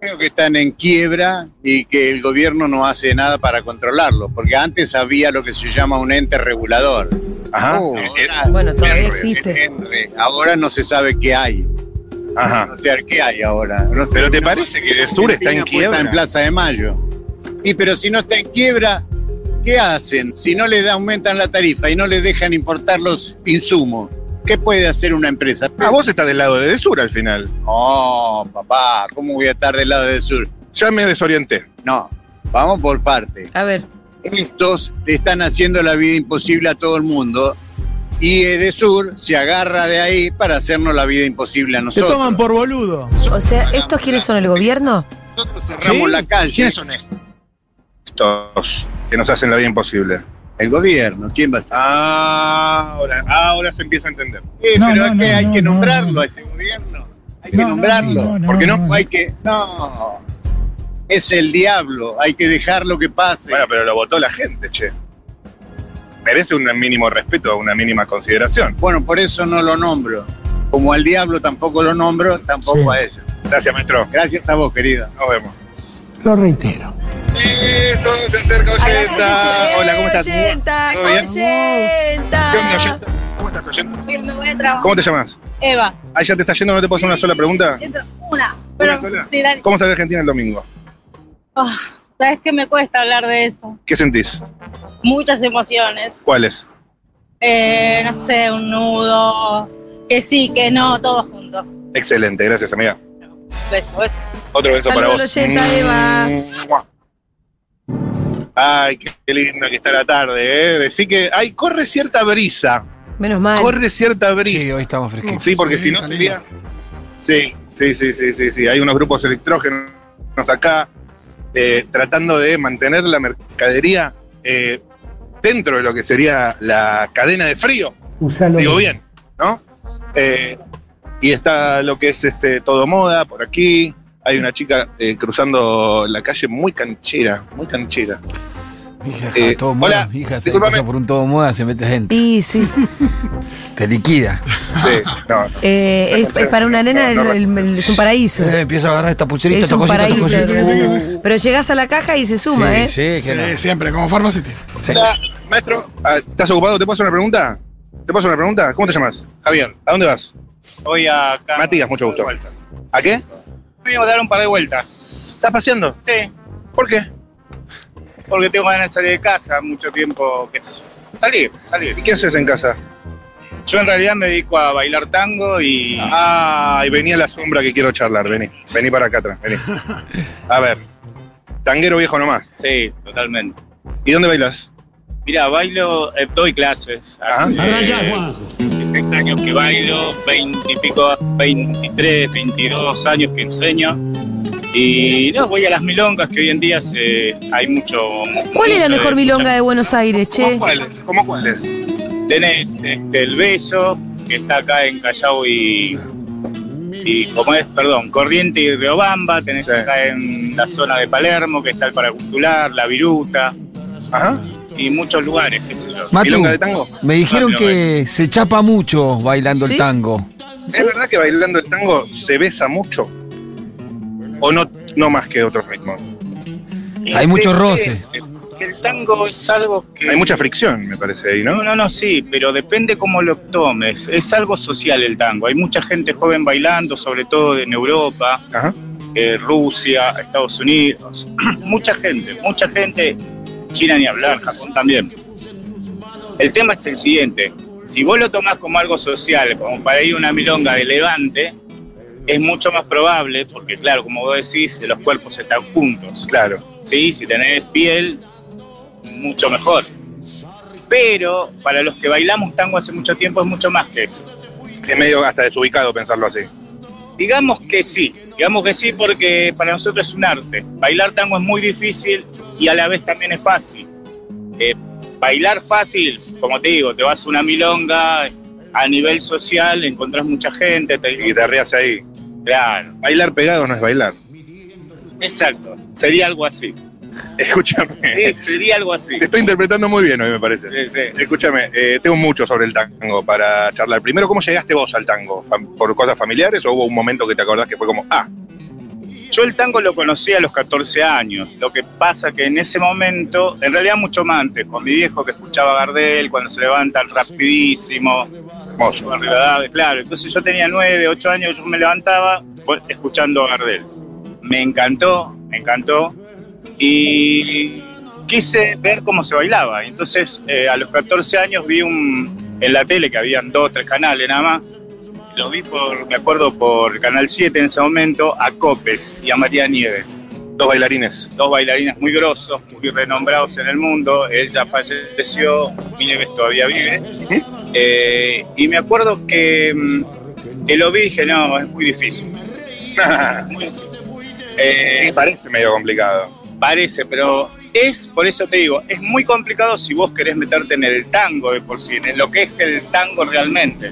S7: Creo que están en quiebra y que el gobierno no hace nada para controlarlo, porque antes había lo que se llama un ente regulador.
S5: Ajá.
S7: Oh,
S5: Eh, eh,
S7: ahora-
S1: Bueno, todavía
S7: el
S1: existe.
S7: Enre. Ahora no se sabe qué hay.
S5: Ajá.
S7: O sea, ¿qué hay ahora? No sé.
S5: Pero ¿te parece que de Sur está en
S7: Argentina, pues,
S5: quiebra?
S7: en Plaza de Mayo. Y pero si no está en quiebra, ¿qué hacen? Si no le da- aumentan la tarifa y no le dejan importar los insumos, ¿qué puede hacer una empresa?
S5: Ah, vos estás del lado de Sur al final.
S7: No, papá, ¿cómo voy a estar del lado del sur?
S5: Ya me desorienté.
S7: No, vamos por parte.
S1: A ver,
S7: Estos le están haciendo la vida imposible a todo el mundo y Edesur se agarra de ahí para hacernos la vida imposible a
S8: Te
S7: nosotros.
S8: toman por boludo.
S1: o sea, ¿estos quiénes son el gobierno?
S7: Nosotros cerramos
S8: Sí.
S7: la calle.
S5: ¿Quiénes son estos que nos hacen la vida imposible?
S7: El gobierno, ¿quién va a estar?
S5: Ah, ahora, ahora se empieza a entender.
S7: Sí,
S9: No,
S7: pero
S9: no,
S7: es que
S9: no,
S7: hay
S9: no,
S7: que
S9: no,
S7: nombrarlo
S9: no.
S7: a este gobierno. Hay
S9: No,
S7: que
S9: no,
S7: nombrarlo.
S9: no, no,
S7: porque no,
S9: no, no.
S7: hay que. No. Es el diablo. Hay que dejarlo que pase.
S5: Bueno, pero lo votó la gente, che. Merece un mínimo respeto, una mínima consideración.
S7: Bueno, por eso no lo nombro. Como al diablo tampoco lo nombro, tampoco
S9: Sí.
S7: a ellos.
S5: Gracias, maestro.
S7: Gracias a vos, querida.
S5: Nos vemos.
S9: Lo reitero.
S5: Eso, se acerca Oyenta. Hola, ¿cómo estás?
S1: Oyenta,
S5: ¿Todo bien?
S1: oyenta.
S5: ¿Qué onda, Oyenta? ¿Cómo estás, Oyenta?
S10: Bien, me voy a trabajar.
S5: ¿Cómo te llamas?
S10: Eva,
S5: Ah, ya te está yendo, no te puedo hacer una sola pregunta.
S10: entra- una. Pero,
S5: sola?
S10: sí, dale.
S5: ¿Cómo sale Argentina el domingo?
S10: Ah, ¿Sabes qué me cuesta hablar de eso?
S5: ¿Qué sentís?
S10: Muchas emociones.
S5: ¿Cuáles?
S10: Eh, no sé, un nudo. Que sí, que no, todos juntos.
S5: Excelente, gracias, amiga.
S10: Beso, beso.
S5: Otro beso
S1: Saludo
S5: para
S1: al
S5: vos. Mm.
S1: oyenta, Eva.
S5: Mua. Ay, qué linda que está la tarde, ¿eh? Decí que, ay, corre cierta brisa.
S1: Menos mal.
S5: Corre cierta brisa.
S2: Sí, hoy estamos
S9: Mm.
S2: fresquitos.
S5: Sí, porque si no
S4: está
S5: sería. Sí, sí, sí, sí, sí, sí. Hay unos grupos electrógenos acá eh, tratando de mantener la mercadería eh, dentro de lo que sería la cadena de frío.
S9: Usalo.
S5: Digo bien, ¿no? Eh, y está lo que es este todo moda por aquí. Hay una chica eh, cruzando la calle muy canchera, muy canchera.
S2: Hija,
S5: Eh,
S2: todo
S5: hola,
S2: moda, hija, se
S5: discúlpame.
S2: pasa por un todo moda, se mete gente.
S1: Sí, sí.
S2: Te liquida.
S5: Sí, no, no.
S1: Eh, es, es para una nena el- el- el- es un paraíso.
S2: Eh, empieza a agarrar esta pucherita,
S1: Es
S2: esta
S1: un
S2: cosita, esta
S1: paraíso.
S2: cosita.
S1: Uh, Pero llegás a la caja y se suma, ¿eh?
S2: sí, sí, que no.
S4: Sí, siempre, como Pharmacity.
S2: Se-
S5: Hola, maestro, ah, ¿estás ocupado? ¿Te puedo hacer una pregunta? ¿Te puedo hacer una pregunta? ¿Cómo te llamas?
S11: Javier,
S5: ¿A dónde vas?
S11: voy a... acá-
S5: Matías, mucho gusto.
S11: Vuelta.
S5: ¿A qué?
S11: Voy a dar un par de vueltas.
S5: ¿Estás paseando?
S11: Sí,
S5: ¿Por qué?
S11: porque tengo ganas de salir de casa, mucho tiempo, qué sé yo. Salir,
S5: ¿Y
S11: salir.
S5: qué haces en casa?
S11: Yo en realidad me dedico a bailar tango y...
S5: Ah. Ay, vení a la sombra que quiero charlar, vení. Vení para acá atrás, vení. A ver, tanguero viejo nomás.
S11: Sí, totalmente.
S5: ¿Y dónde bailas?
S11: Mira, bailo, eh, doy clases.
S5: Ajá.
S11: Hace eh, 16 años que bailo, 20 y pico, 23, 22 años que enseño. Y no, voy a las milongas que hoy en día se, hay mucho...
S1: ¿Cuál es la mejor milonga
S11: de
S1: de Buenos Aires, che?
S5: ¿Cómo cuáles? ¿Cómo cuáles?
S11: Tenés este, el Bello, que está acá en Callao y. Y como es, perdón, Corriente y Riobamba, tenés
S5: Sí.
S11: acá en la zona de Palermo, que está el Paracultular, La Viruta,
S5: Ajá.
S11: y muchos lugares, qué sé yo.
S2: Matu,
S5: ¿Milonga de tango?
S2: me dijeron
S11: Ah,
S2: que se chapa mucho bailando
S1: ¿Sí?
S2: el tango.
S5: ¿Es verdad que bailando el tango se besa mucho? ¿O no, no más que otros ritmos?
S2: Hay mucho
S11: Este,
S2: roce.
S11: El tango es algo que.
S5: Hay mucha fricción, me parece, ahí,
S11: No,
S5: ¿no?
S11: no, no, sí, pero depende cómo lo tomes. Es algo social el tango. Hay mucha gente joven bailando, sobre todo en Europa.
S5: Ajá.
S11: eh, Rusia, Estados Unidos, mucha gente, mucha gente, China ni hablar, Japón también. El tema es el siguiente, si vos lo tomás como algo social, como para ir a una milonga de levante, es mucho más probable, porque claro, como vos decís, los cuerpos están juntos,
S5: Claro.
S11: ¿sí? Si tenés piel, mucho mejor. Pero para los que bailamos tango hace mucho tiempo es mucho más que eso.
S5: Es medio hasta desubicado pensarlo así.
S11: Digamos que sí, digamos que sí porque para nosotros es un arte. Bailar tango es muy difícil y a la vez también es fácil. Eh, bailar fácil, como te digo, te vas a una milonga, a nivel social encontrás mucha gente, te
S5: Y te rías ahí.
S11: Claro,
S5: Bailar pegado no es bailar.
S11: exacto, sería algo así.
S5: Escúchame.
S11: Sí, sería algo así.
S5: Te estoy interpretando muy bien hoy, me parece.
S11: Sí, sí.
S5: Escúchame, eh, tengo mucho sobre el tango para charlar. Primero, ¿cómo llegaste vos al tango? Fam- ¿Por cosas familiares o hubo un momento que te acordás que fue como, ah,
S11: Yo el tango lo conocí a los 14 años. Lo que pasa que en ese momento, en realidad mucho más antes, con mi viejo que escuchaba Gardel, cuando se levantan rapidísimo,
S5: Hermoso.
S11: Barrio Dave, claro. Entonces yo tenía 9, 8 años, yo me levantaba bueno, escuchando a Gardel. Me encantó, me encantó. Y quise ver cómo se bailaba. Entonces eh, a los 14 años vi un, en la tele que habían dos, tres canales nada más. Lo vi, por, me acuerdo, por Canal 7 en ese momento, a Copes y a María Nieves.
S5: Dos bailarines.
S11: Dos bailarines muy grosos, muy renombrados en el mundo. Él ya falleció, Mineves todavía vive. Eh, y me acuerdo que, mm, que lo vi y dije, no, es muy difícil. Muy difícil. Eh,
S5: Me parece medio complicado.
S11: parece, pero es, por eso te digo, es muy complicado si vos querés meterte en el tango de por sí, en lo que es el tango realmente.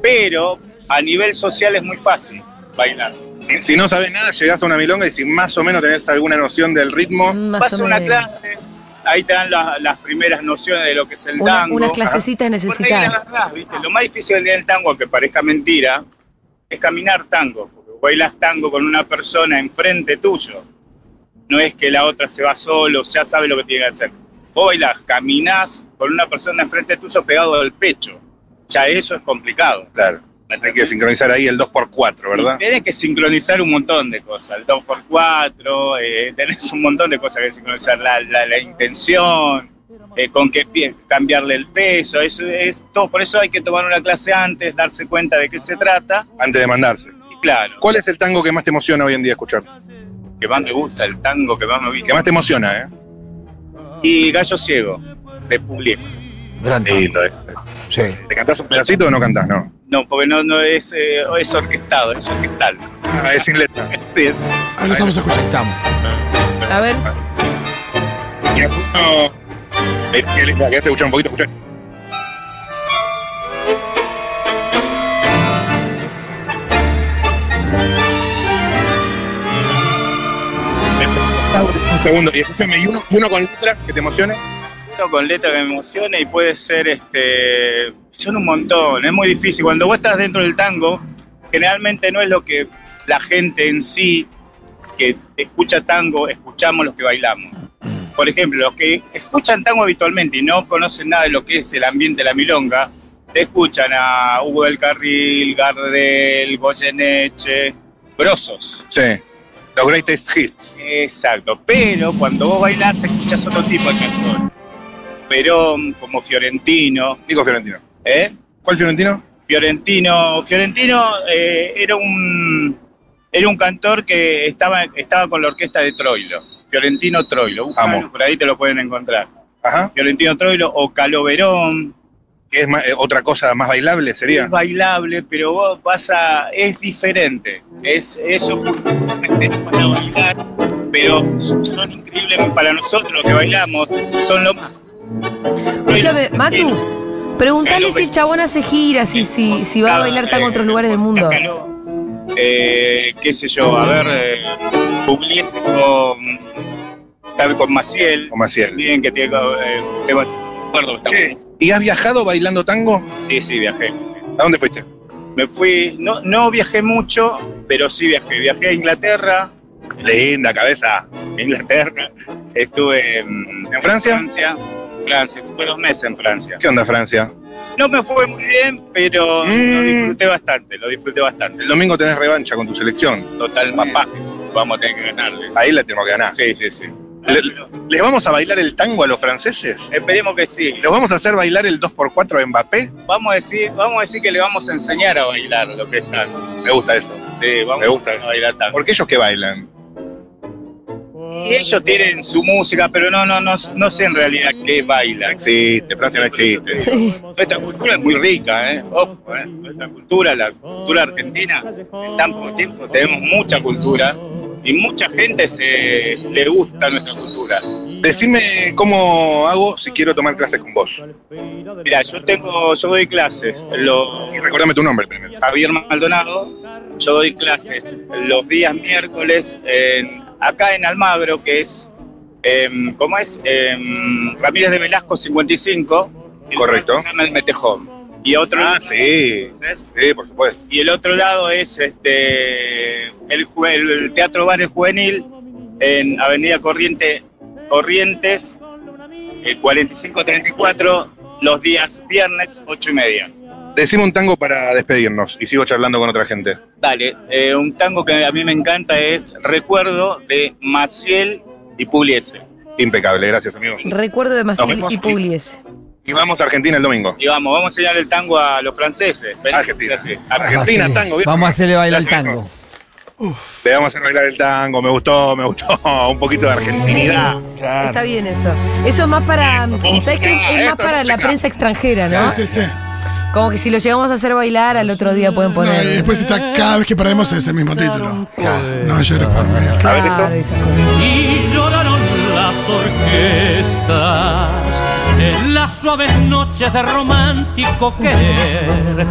S11: Pero a nivel social es muy fácil bailar.
S5: Si no sabes nada, llegás a una milonga y si más o menos tenés alguna noción del ritmo,
S1: Mm, Más
S11: Vas a
S1: o
S11: una
S1: menos.
S11: clase, ahí te dan la- las primeras nociones de lo que es el
S1: Una-
S11: tango.
S1: unas clasecitas
S11: Por reglas
S1: necesitadas.
S11: largas, ¿viste? Lo más difícil del tango, aunque parezca mentira, es caminar tango. Porque bailas tango con una persona enfrente tuyo. No es que la otra se va solo, ya sabe lo que tiene que hacer. Vos bailás, caminás con una persona enfrente tuyo pegado al pecho. Ya eso es complicado.
S5: claro,
S11: ¿me
S5: hay que
S11: entendés?
S5: sincronizar ahí el 2x4, ¿verdad?
S11: Tenés que sincronizar un montón de cosas, el 2x4, eh, tenés un montón de cosas que sincronizar, la, la- la intención, eh, con qué pie, cambiarle el peso, eso es todo. Por eso hay que tomar una clase antes, darse cuenta de qué se trata,
S5: Antes de mandarse.
S11: y claro,
S5: ¿Cuál es el tango que más te emociona hoy en día escuchar?
S11: que más me gusta, el tango que más me
S5: Que
S11: gusta.
S5: más te emociona, ¿eh?
S11: Y Gallo Ciego, de Pugliese.
S2: Gran tango.
S5: Lindo, ¿eh?
S2: Sí.
S5: ¿Te cantás un pedacito o no cantás? No.
S11: No, porque no, no es, eh, es orquestado, es orquestal.
S5: Ah, es sin letra.
S11: Sí, es.
S4: Ahora estamos escuchando.
S2: Estamos.
S1: A ver,
S5: Y alguno- Eh, que le- que hace escuchar un poquito, escuchar. Un segundo, y escúchame, y uno, y uno con letra que te emocione.
S11: Uno con letra que me emocione y puede ser este son un montón es muy difícil cuando vos estás dentro del tango generalmente no es lo que la gente en sí que escucha tango escuchamos los que bailamos por ejemplo los que escuchan tango habitualmente y no conocen nada de lo que es el ambiente de la milonga te escuchan a Hugo del Carril Gardel Goyeneche grosos
S5: Sí. Los greatest hits.
S11: Exacto, pero cuando vos bailás escuchas otro tipo de cantor. Perón, como Fiorentino,
S5: Nico Fiorentino.
S11: ¿eh?
S5: ¿Cuál Fiorentino?
S11: Fiorentino, Fiorentino eh, era un era un cantor que estaba estaba con la orquesta de Troilo, Fiorentino Troilo, búscalo,
S5: Amo.
S11: por ahí te lo pueden encontrar.
S5: Ajá.
S11: Fiorentino Troilo o Caloverón,
S5: Que es más- eh, otra cosa más bailable, sería.
S11: es bailable, pero vos vas a. es diferente. Es eso para bailar, pero son son increíbles para nosotros los que bailamos, son lo más.
S1: escúchame,
S11: Pero-
S1: Matu, preguntale
S11: Pero-
S1: si el chabón hace giras, si, si, si va a bailar tan en otros
S11: Eh,
S1: lugares del mundo.
S11: acá no. Eh, qué sé yo, a ver, eh, Pugliese con. tal- con Maciel,
S5: O Maciel.
S11: bien que tiene. eh, tema- Acuerdo, está
S5: Che, ¿Y has viajado bailando tango?
S11: bueno. Sí, sí, viajé.
S5: ¿A dónde fuiste?
S11: Me fui, no, no viajé mucho, pero sí viajé. Viajé a Inglaterra,
S5: Linda cabeza.
S11: Inglaterra. Estuve en,
S5: ¿En Francia?
S11: Francia, Francia. Estuve dos meses en Francia.
S5: ¿Qué onda, Francia?
S11: No me fue muy bien, pero lo
S5: Mm.
S11: disfruté bastante, lo disfruté bastante.
S5: El domingo tenés revancha con tu selección.
S11: Total papá, vamos a tener que ganarle.
S5: Ahí la tenemos que ganar.
S11: Sí, sí, sí.
S5: Le- ¿Les vamos a bailar el tango a los franceses?
S11: Esperemos que sí.
S5: ¿Los vamos a hacer bailar el 2x4 a Mbappé?
S11: Vamos a decir, vamos a decir que le vamos a enseñar a bailar lo que está.
S5: Me gusta eso.
S11: Sí, vamos
S5: Me gusta.
S11: a bailar tango.
S5: Porque ellos que bailan.
S11: Y ellos tienen su música, pero no, no, no, no sé en realidad qué baila.
S5: Existe, Francia no existe.
S1: Sí.
S11: Nuestra cultura es muy rica, ¿eh? Ojo, ¿eh? Nuestra cultura, la cultura argentina, en tan poco tiempo tenemos mucha cultura y mucha gente se le gusta nuestra cultura.
S5: Decime cómo hago si quiero tomar clases con vos.
S11: Mira, yo tengo, yo doy clases, lo,
S5: Y recordame tu nombre primero.
S11: Javier Maldonado, yo doy clases los días miércoles en- acá en Almagro, que es, em, ¿cómo es? Em, Ramírez de Velasco 55. y
S5: Correcto. Ah,
S11: Se llama el Metejón. Y otro
S5: Sí,
S11: ¿ves?
S5: sí, por supuesto.
S11: y el otro lado es este el, ju- el Teatro Bares Juvenil en Avenida Corriente, Corrientes, eh, el 4534, los días viernes, 8 y media.
S5: Decime un tango para despedirnos y sigo charlando con otra gente.
S11: Dale, eh, un tango que a mí me encanta es Recuerdo de Maciel y Puliese.
S5: Impecable, gracias, amigo.
S1: Recuerdo de Maciel
S5: vemos.
S1: y Pugliese.
S5: Y vamos a Argentina el domingo.
S11: Y vamos, vamos a enseñar el tango a los franceses. Vení,
S5: Argentina.
S11: sí.
S5: Argentina,
S2: Vamos a hacerle-
S5: tango, bien.
S2: Vamos a hacerle bailar el
S5: Gracias,
S2: tango.
S5: Le vamos a hacer bailar el tango, me gustó, me gustó. Un poquito de argentinidad.
S1: Está bien eso. Eso es más para. mm,
S5: Música,
S1: ¿Sabes qué? Es
S5: esto
S1: más
S5: es
S1: para la
S5: música.
S1: prensa extranjera, ¿no?
S4: Sí, sí, sí.
S1: Como que si lo llegamos a hacer bailar, al otro día pueden
S4: No, y
S1: poner.
S4: después está cada vez que perdemos ese mismo título. No llores por mí.
S1: Claro, esas cosas.
S8: y lloraron las orquestas en las suaves noches de romántico querer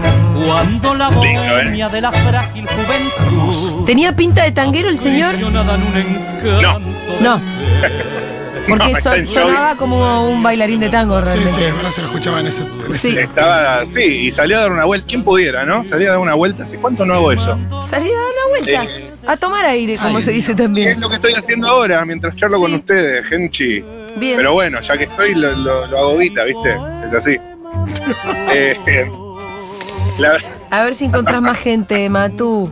S8: cuando la
S5: Lindo, ¿eh?
S8: bohemia de la frágil juventud
S1: ¿Tenía pinta de tanguero el señor?
S8: aprisionada en un encanto de
S1: No.
S8: querer.
S5: No,
S1: Porque
S5: está
S1: son-
S5: en show.
S1: sonaba como un bailarín de tango
S4: Sí, sí,
S1: realmente.
S4: ahora se lo escuchaba en ese. en ese-
S1: Sí.
S5: Estaba, sí, y salió a dar una vuelta. ¿Quién pudiera, no? Salió a dar una vuelta. ¿Hace cuánto no hago eso?
S1: Salí a dar una
S5: Eh,
S1: vuelta. A tomar aire, como se dice
S5: ¿Qué es
S1: también.
S5: lo que estoy haciendo ahora mientras charlo
S1: Sí.
S5: con ustedes, Genchi?
S1: Bien.
S5: Pero bueno, ya que estoy, lo, lo- lo hago guita, ¿viste? Es así. Eh, eh, la-
S1: A ver si encontrás más gente, Matú.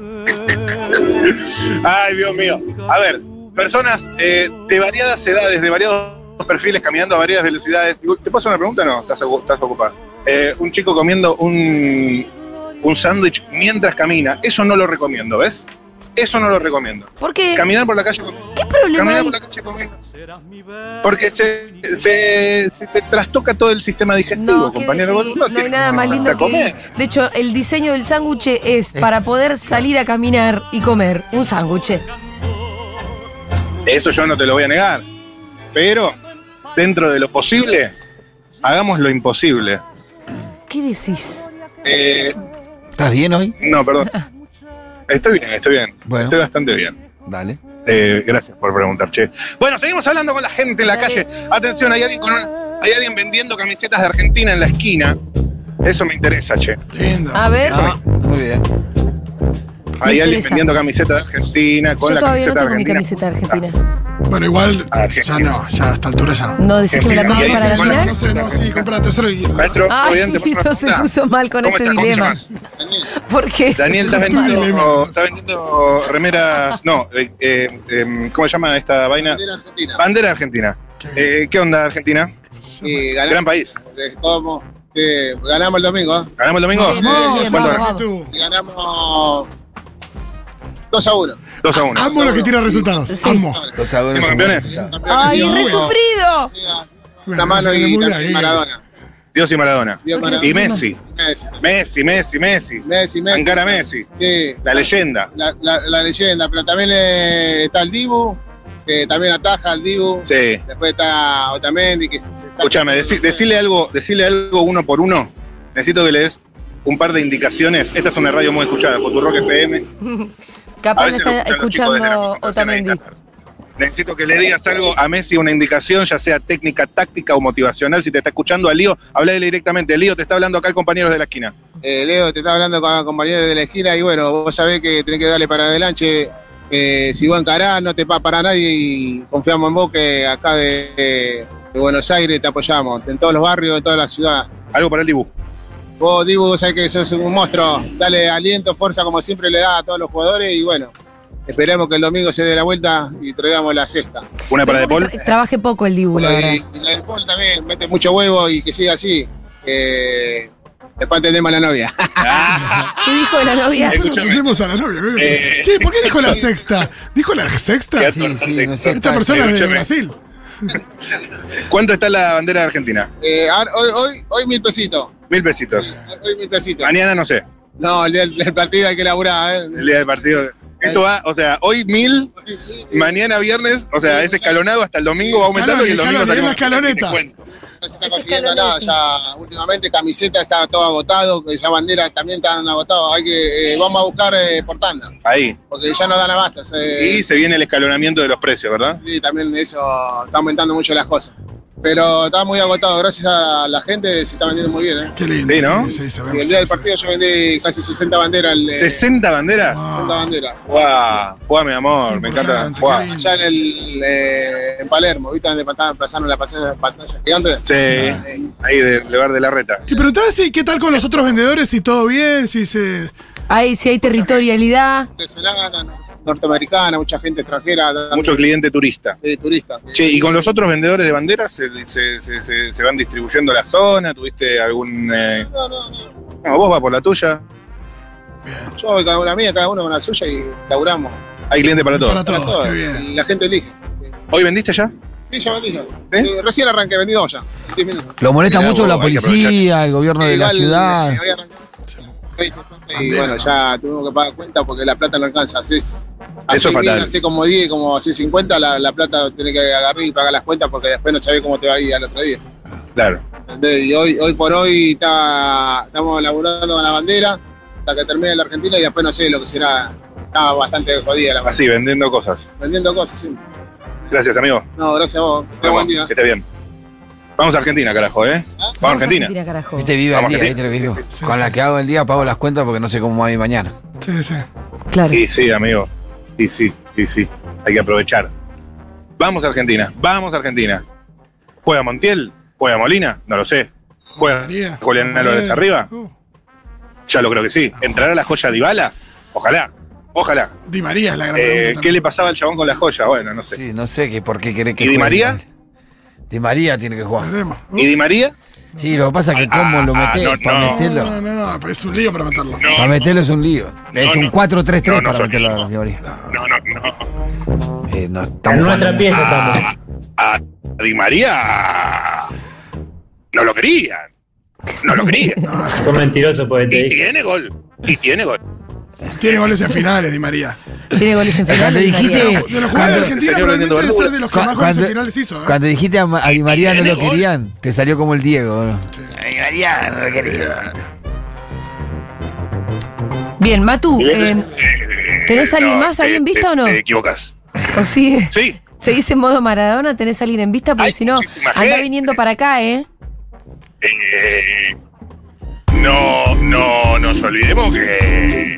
S5: ay, Dios mío. A ver, personas eh, de variadas edades, de variados perfiles, caminando a varias velocidades. Digo, ¿Te puedo hacer una pregunta o no? ¿Estás, ocu- estás ocupada? Eh, un chico comiendo un, un sándwich mientras camina. Eso no lo recomiendo, ¿ves? Eso no lo recomiendo.
S1: ¿Por qué?
S5: Caminar por la calle comiendo.
S1: ¿Qué problema
S5: Caminar
S1: hay?
S5: por la calle comiendo. Porque se, se, se te trastoca todo el sistema digestivo,
S1: No, ¿qué
S5: compañero.
S1: decís?
S5: Vos no
S1: no hay
S5: tienes
S1: nada más
S5: ganas
S1: lindo
S5: de
S1: que.
S5: comer.
S1: De hecho, el diseño del sándwich es para poder salir a caminar y comer un sándwich.
S5: Eso yo no te lo voy a negar. Pero, dentro de lo posible, hagamos lo imposible.
S1: ¿Qué decís?
S5: Eh,
S2: ¿Estás bien hoy?
S5: no, perdón. Estoy bien, estoy bien.
S2: Bueno.
S5: Estoy bastante bien.
S2: Dale.
S5: Eh, gracias por preguntar, che. Bueno, seguimos hablando con la gente en la calle. Atención, hay alguien, con una- hay alguien vendiendo camisetas de Argentina en la esquina. Eso me interesa, che.
S4: Lindo.
S1: A ver,
S2: Ah, muy bien.
S5: Hay alguien
S1: interesa.
S5: vendiendo camisetas de Argentina con
S1: yo
S5: la
S1: todavía no
S5: camiseta
S1: tengo mi
S5: argentina.
S1: camiseta argentina.
S4: Bueno, igual ya
S5: Argentina.
S4: no, ya a esta altura ya no.
S1: No decís que me la
S5: Sí,
S1: compro
S5: y ahí
S1: para
S5: se
S1: la
S5: fue la
S1: final.
S4: No sé, no, sí, compra tercero y
S5: Maestro,
S1: Ay,
S5: estudiante, por
S1: esto se
S5: favor.
S1: puso mal con
S5: ¿Cómo
S1: este
S5: estás? ¿Cómo te
S1: dilema.
S5: llamas?
S1: Porque
S5: Daniel, ¿estás
S4: Justo
S5: vendiendo,
S4: dilema.
S5: está vendiendo remeras? No, eh, eh, em, ¿cómo se llama esta vaina?
S9: Bandera argentina.
S5: Bandera argentina. Eh, ¿Qué onda, Argentina? Eh,
S9: Y
S5: Gran
S9: ganamos,
S5: país.
S9: ¿cómo? Sí, ganamos el domingo.
S5: ¿Ganamos el domingo?
S1: Bien, bien, bien,
S5: ¿Cuánto
S1: vamos,
S5: ganamos?
S1: vamos.
S4: tú.
S9: Y ganamos 2 a 1.
S5: Dos a uno.
S4: Amo los que tiran resultados.
S1: Sí.
S4: Amo.
S2: Los sabores
S5: ¿Somos
S2: son
S5: campeones?
S2: buenos.
S1: ¡Ay, resufrido!
S9: Una mano y
S4: Muy
S9: también
S4: bien.
S9: Maradona.
S5: Dios y Maradona.
S9: Dios Maradona.
S5: Y Messi.
S9: Messi.
S5: Messi, Messi, Messi.
S9: Messi, Messi.
S5: Ancara Messi.
S9: Sí.
S5: La leyenda.
S9: La, la- la leyenda, pero también eh, está el Dibu, que también ataja al Dibu.
S5: Sí.
S9: Después está Otamendi. Que se saca-
S5: Escúchame, decí- decile algo, decile algo uno por uno. Necesito que le des un par de indicaciones. Esta es una radio muy escuchada, Futurock FM.
S1: Capaz no
S5: lo
S1: está
S5: escuchan los chicos desde la
S1: escuchando
S5: concentración ahí,
S1: Otamendi.
S5: Qatar. Necesito que le digas algo a Messi, una indicación, ya sea técnica, táctica o motivacional. Si te está escuchando a Lío, hablale directamente. Lío, te está hablando acá el compañero de la esquina.
S9: Eh, Leo, te está hablando con compañeros de la esquina y bueno, vos sabés que tenés que darle para adelante. eh, si vos encarás, no te va para nadie y confiamos en vos que acá de, de Buenos Aires te apoyamos, en todos los barrios, en toda la ciudad.
S5: Algo para el Dibu.
S9: Vos, Dibu, vos sabés que sos un monstruo. Dale aliento, fuerza como siempre le da a todos los jugadores y bueno, esperemos que el domingo se dé la vuelta y traigamos la sexta.
S5: Una para De
S1: Tengo
S5: Paul.
S1: que tra- Trabajé poco el Dibu, la verdad.
S9: Y, y la del Paul también mete mucho huevo y que siga así. Eh, después tenemos a la novia.
S1: ¿Qué dijo de la novia?
S5: Escúchame.
S4: Tenemos a la novia. creo que
S5: Eh.
S4: sí. Che, ¿por qué dijo la sexta? ¿Dijo la sexta?
S5: Qué
S4: Sí.
S2: Sí, sí, no sé.
S4: Esta persona es de
S5: Escúchame.
S4: Brasil.
S5: ¿Cuánto está la bandera de Argentina?
S9: Eh, ahora- hoy, hoy, hoy mil pesitos.
S5: Mil pesitos.
S9: Hoy mil pesitos.
S5: Mañana no sé.
S9: No, el día del del partido hay que laburar, ¿eh?
S5: El día del partido. Esto va, o sea, hoy mil, mañana viernes, o sea, es escalonado hasta el domingo, va aumentando y el domingo
S4: Escalón,
S5: salimos-
S4: escaloneta.
S5: Te cuento.
S9: No se está consiguiendo nada. Ya últimamente camiseta está todo agotado, que ya bandera también están agotados. Hay que, eh, vamos a buscar eh, por tanda,
S5: Ahí.
S9: porque ya no dan abastas. eh.
S5: Y se viene el escalonamiento de los precios, ¿verdad?
S9: Sí, también eso está aumentando mucho las cosas. Pero está muy agotado. Gracias a la gente se está vendiendo muy bien. ¿eh?
S4: Qué lindo.
S5: Sí, ¿no?
S4: Sí, sí,
S9: Sí,
S4: sabemos,
S9: el día del
S4: sí,
S9: partido yo vendí casi 60 banderas. el, eh,
S5: 60 banderas.
S9: 60 banderas.
S5: Guau, guau, mi amor, me encanta.
S4: Importante,
S5: Guau.
S4: Ah. qué lindo.
S9: Allá en, el, eh, en Palermo, ¿viste? Donde pata- pasaron la pantalla, pantalla gigante.
S5: Sí, ahí del lugar de la reta.
S4: Y preguntaba si qué tal con los otros vendedores, si todo bien, si se.
S1: Ahí sí hay territorialidad.
S9: Venezolana, no- norteamericana, mucha gente extranjera. tanto-
S5: Mucho cliente turista.
S9: Sí, turistas.
S5: Che, ¿y con los otros vendedores de banderas se, se- se- se- se van distribuyendo la zona? ¿Tuviste algún...? eh,
S9: No, no, no.
S5: No, vos vas por la tuya.
S9: Yo voy cada una a mí, cada uno con la suya y laburamos.
S5: Hay cliente para todo.
S4: Para todos,
S9: Todo,
S4: qué bien.
S9: y La gente elige.
S5: ¿Hoy vendiste ya?
S9: Sí, ya vendí yo.
S5: ¿Eh?
S9: Eh, recién arranqué, vendí dos ya. 10 minutos.
S2: Lo molesta
S5: Mirá
S2: mucho
S5: vos,
S2: la
S5: hay que
S2: policía, el gobierno de la
S9: Igual,
S2: ciudad.
S9: eh, había arrancado. Y bueno, ya tuvimos que pagar cuenta porque la plata no alcanza. Así es,
S5: Eso es fatal.
S9: Así como 10, como así 50, la, la plata tenés que agarrar y pagar las cuentas porque después no sabés cómo te va a ir al otro día.
S5: Claro.
S9: ¿Entendés? Y hoy, hoy por hoy está, estamos laburando con la bandera hasta que termine la Argentina y después no sé lo que será. Está bastante jodida la bandera.
S5: Así, vendiendo cosas.
S9: Vendiendo cosas, sí.
S5: Gracias, amigo.
S9: No, gracias a vos. Tenga buen día.
S5: Que esté bien. Vamos a Argentina, carajo, ¿eh? Vamos a Argentina.
S1: carajo.
S2: Viste, vive al
S5: Vamos,
S2: día,
S5: que sí.
S2: ¿viste lo que digo?
S4: sí,
S2: Con
S4: sí.
S2: la que hago el día pago las cuentas porque no sé cómo va a ir mañana.
S4: Sí, sí.
S1: Claro.
S5: Sí, sí, amigo. Sí, sí, sí, sí. Hay que aprovechar. Vamos a Argentina. Vamos a Argentina. ¿Juega Montiel? ¿Juega Molina? No lo sé. ¿Juega
S4: María,
S5: Julián
S4: María.
S5: Álvarez arriba?
S4: Uh,
S5: Ya lo creo que sí. ¿Entrará la joya Dybala? Ojalá. Ojalá.
S4: Di María es la gran
S5: Eh,
S4: pregunta.
S5: ¿Qué le pasaba al chabón con la joya? Bueno, no sé.
S2: Sí, no sé qué, por qué querés que
S5: ¿Y Di
S2: juegue.
S5: María?
S2: Di María tiene que jugar.
S4: Veremos.
S5: ¿Y Di María?
S2: Sí, lo que pasa es que cómo lo
S5: Ah,
S2: metés,
S5: no,
S2: para
S5: no.
S2: meterlo.
S4: No, no, no, es un lío para matarlo.
S2: Para meterlo es un lío. es
S5: no.
S2: un 4-3-3
S5: No, no
S2: para
S5: son
S2: meterlo a la
S5: líos.
S2: María.
S5: No, no, no.
S2: Eh, no, estamos jugando- Ah.
S5: A, a Ah, Di María no lo querían. No lo querían.
S12: Son mentirosos porque te
S5: Y
S12: dije.
S5: tiene gol. Y tiene gol.
S4: Tiene goles en finales, Di María.
S1: Tiene goles en
S2: Eh, Cuando
S1: finales.
S2: dijiste-
S1: María.
S4: De los jugadores
S2: Cuando-
S4: de Argentina,
S5: Señor
S4: probablemente debe
S5: Benito
S4: ser de los que más goles en finales hizo. ¿eh?
S2: cuando dijiste a, Ma- a Di María no
S5: tiene
S2: lo
S5: gol.
S2: querían, te salió como el Diego. ¿no? A Di María no lo querían.
S1: Bien, Matu, eh,
S5: Eh,
S1: ¿tenés alguien más ahí
S5: te-
S1: en vista
S5: te-
S1: o no?
S5: Te equivocas.
S1: ¿o sigue?
S5: Sí.
S1: ¿Seguís en modo Maradona? ¿Tenés alguien en vista? Porque
S5: Hay
S1: si no,
S5: muchísima
S1: anda
S5: gente.
S1: viniendo para acá, ¿eh?
S5: Eh, no, no nos olvidemos que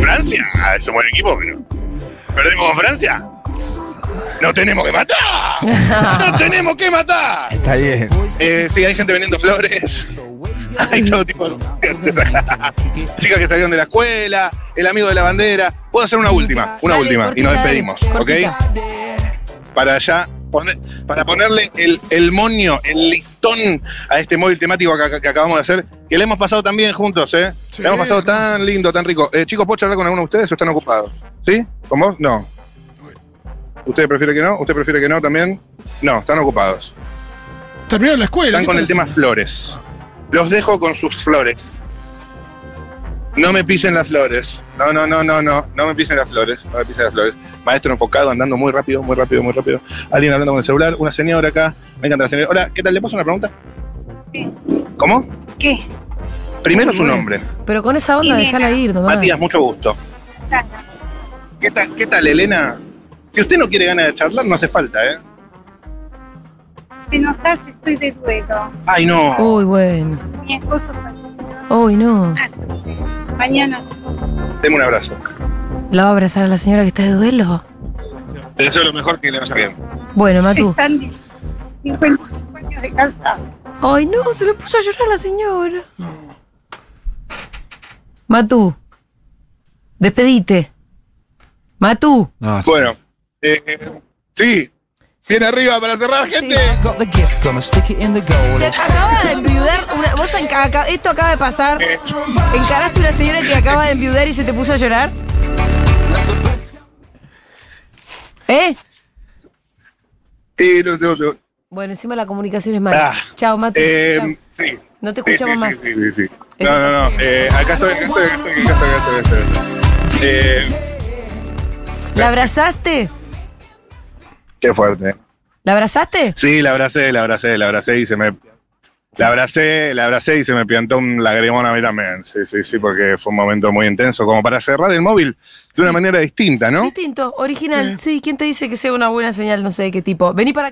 S5: Francia ah, es un buen equipo, pero perdemos con Francia. ¡No tenemos que matar! ¡No tenemos que matar!
S2: Está bien.
S5: Eh, sí, hay gente vendiendo flores. Hay todo tipo de Chicas que salieron de la escuela, el amigo de la bandera. Puedo hacer una última, una
S1: Dale,
S5: última, y
S1: cortita,
S5: nos
S1: dale,
S5: despedimos, ¿ok?
S1: cortita.
S5: Para allá, pone- para ponerle el, el moño, el listón a este móvil temático que, que acabamos de hacer, que le hemos pasado tan bien juntos, ¿eh?
S4: Sí,
S5: le hemos pasado
S4: hermoso.
S5: tan lindo, tan rico. Eh, chicos, ¿puedo charlar con alguno de ustedes o están ocupados? ¿Sí? ¿Con vos? No. ¿Usted prefiere que no? ¿Usted prefiere que no también? No, están ocupados.
S4: Terminaron la escuela.
S5: Están
S4: ¿qué
S5: con el
S4: están
S5: tema flores. Los dejo con sus flores. No me pisen las flores. No, no, no, no, no. No me pisen las flores. No me pisen las flores. Maestro enfocado, andando muy rápido, muy rápido, muy rápido. Alguien hablando con el celular. Una señora acá. Me encanta la señora. Hola, ¿qué tal? ¿Le paso una pregunta? ¿Cómo?
S6: ¿Qué?
S5: Primero
S1: Muy
S5: su
S1: bueno.
S5: nombre.
S1: Pero con esa onda,
S6: Elena.
S1: déjala ir nomás.
S5: Matías, mucho gusto. ¿Qué tal, ¿Qué tal, Elena? Si usted no quiere ganas de charlar, no hace falta, ¿eh?
S6: Si no estás, estoy de duelo.
S5: Ay, no.
S1: Uy, bueno.
S6: Mi esposo falleció
S1: Uy, no.
S6: hace seis. Mañana
S5: Deme un abrazo.
S1: ¿La va a abrazar a la señora que está de duelo?
S5: Te deseo lo mejor que le vaya bien.
S1: Bueno,
S6: se
S1: Matu.
S6: están 55 años de casados.
S1: Ay, no, se le puso a llorar la señora. Matu, despedite. Matu.
S2: No, sí.
S5: Bueno. eh, sí. Bien arriba para cerrar, gente.
S1: Se acaba de enviudar una. Vos enca- acá- esto acaba de pasar.
S5: Eh.
S1: ¿Encaraste una señora que acaba de enviudar y se te puso a llorar? ¿Eh?
S5: Sí, no, no, no.
S1: Bueno, encima la comunicación es mala.
S5: Ah,
S1: Chao, Matu.
S5: Eh,
S1: chao.
S5: sí.
S1: No te
S5: Sí, sí,
S1: escuchamos más.
S5: sí, sí, sí, sí.
S1: Eso
S5: No, no, no.
S1: pasa.
S5: Eh, acá estoy, acá estoy, acá estoy, acá estoy, acá estoy, acá estoy. Eh,
S1: ¿La abrazaste?
S5: qué fuerte.
S1: ¿La abrazaste?
S5: Sí, la abracé, la abracé, la abracé y se me. La abracé, la abracé y se me piantó un lagrimón a mí también. Sí, sí, sí, porque fue un momento muy intenso, como para cerrar el móvil de una manera distinta, ¿no?
S1: Distinto, original. Sí, ¿quién te dice que sea una buena señal? No sé de qué tipo. Vení para acá.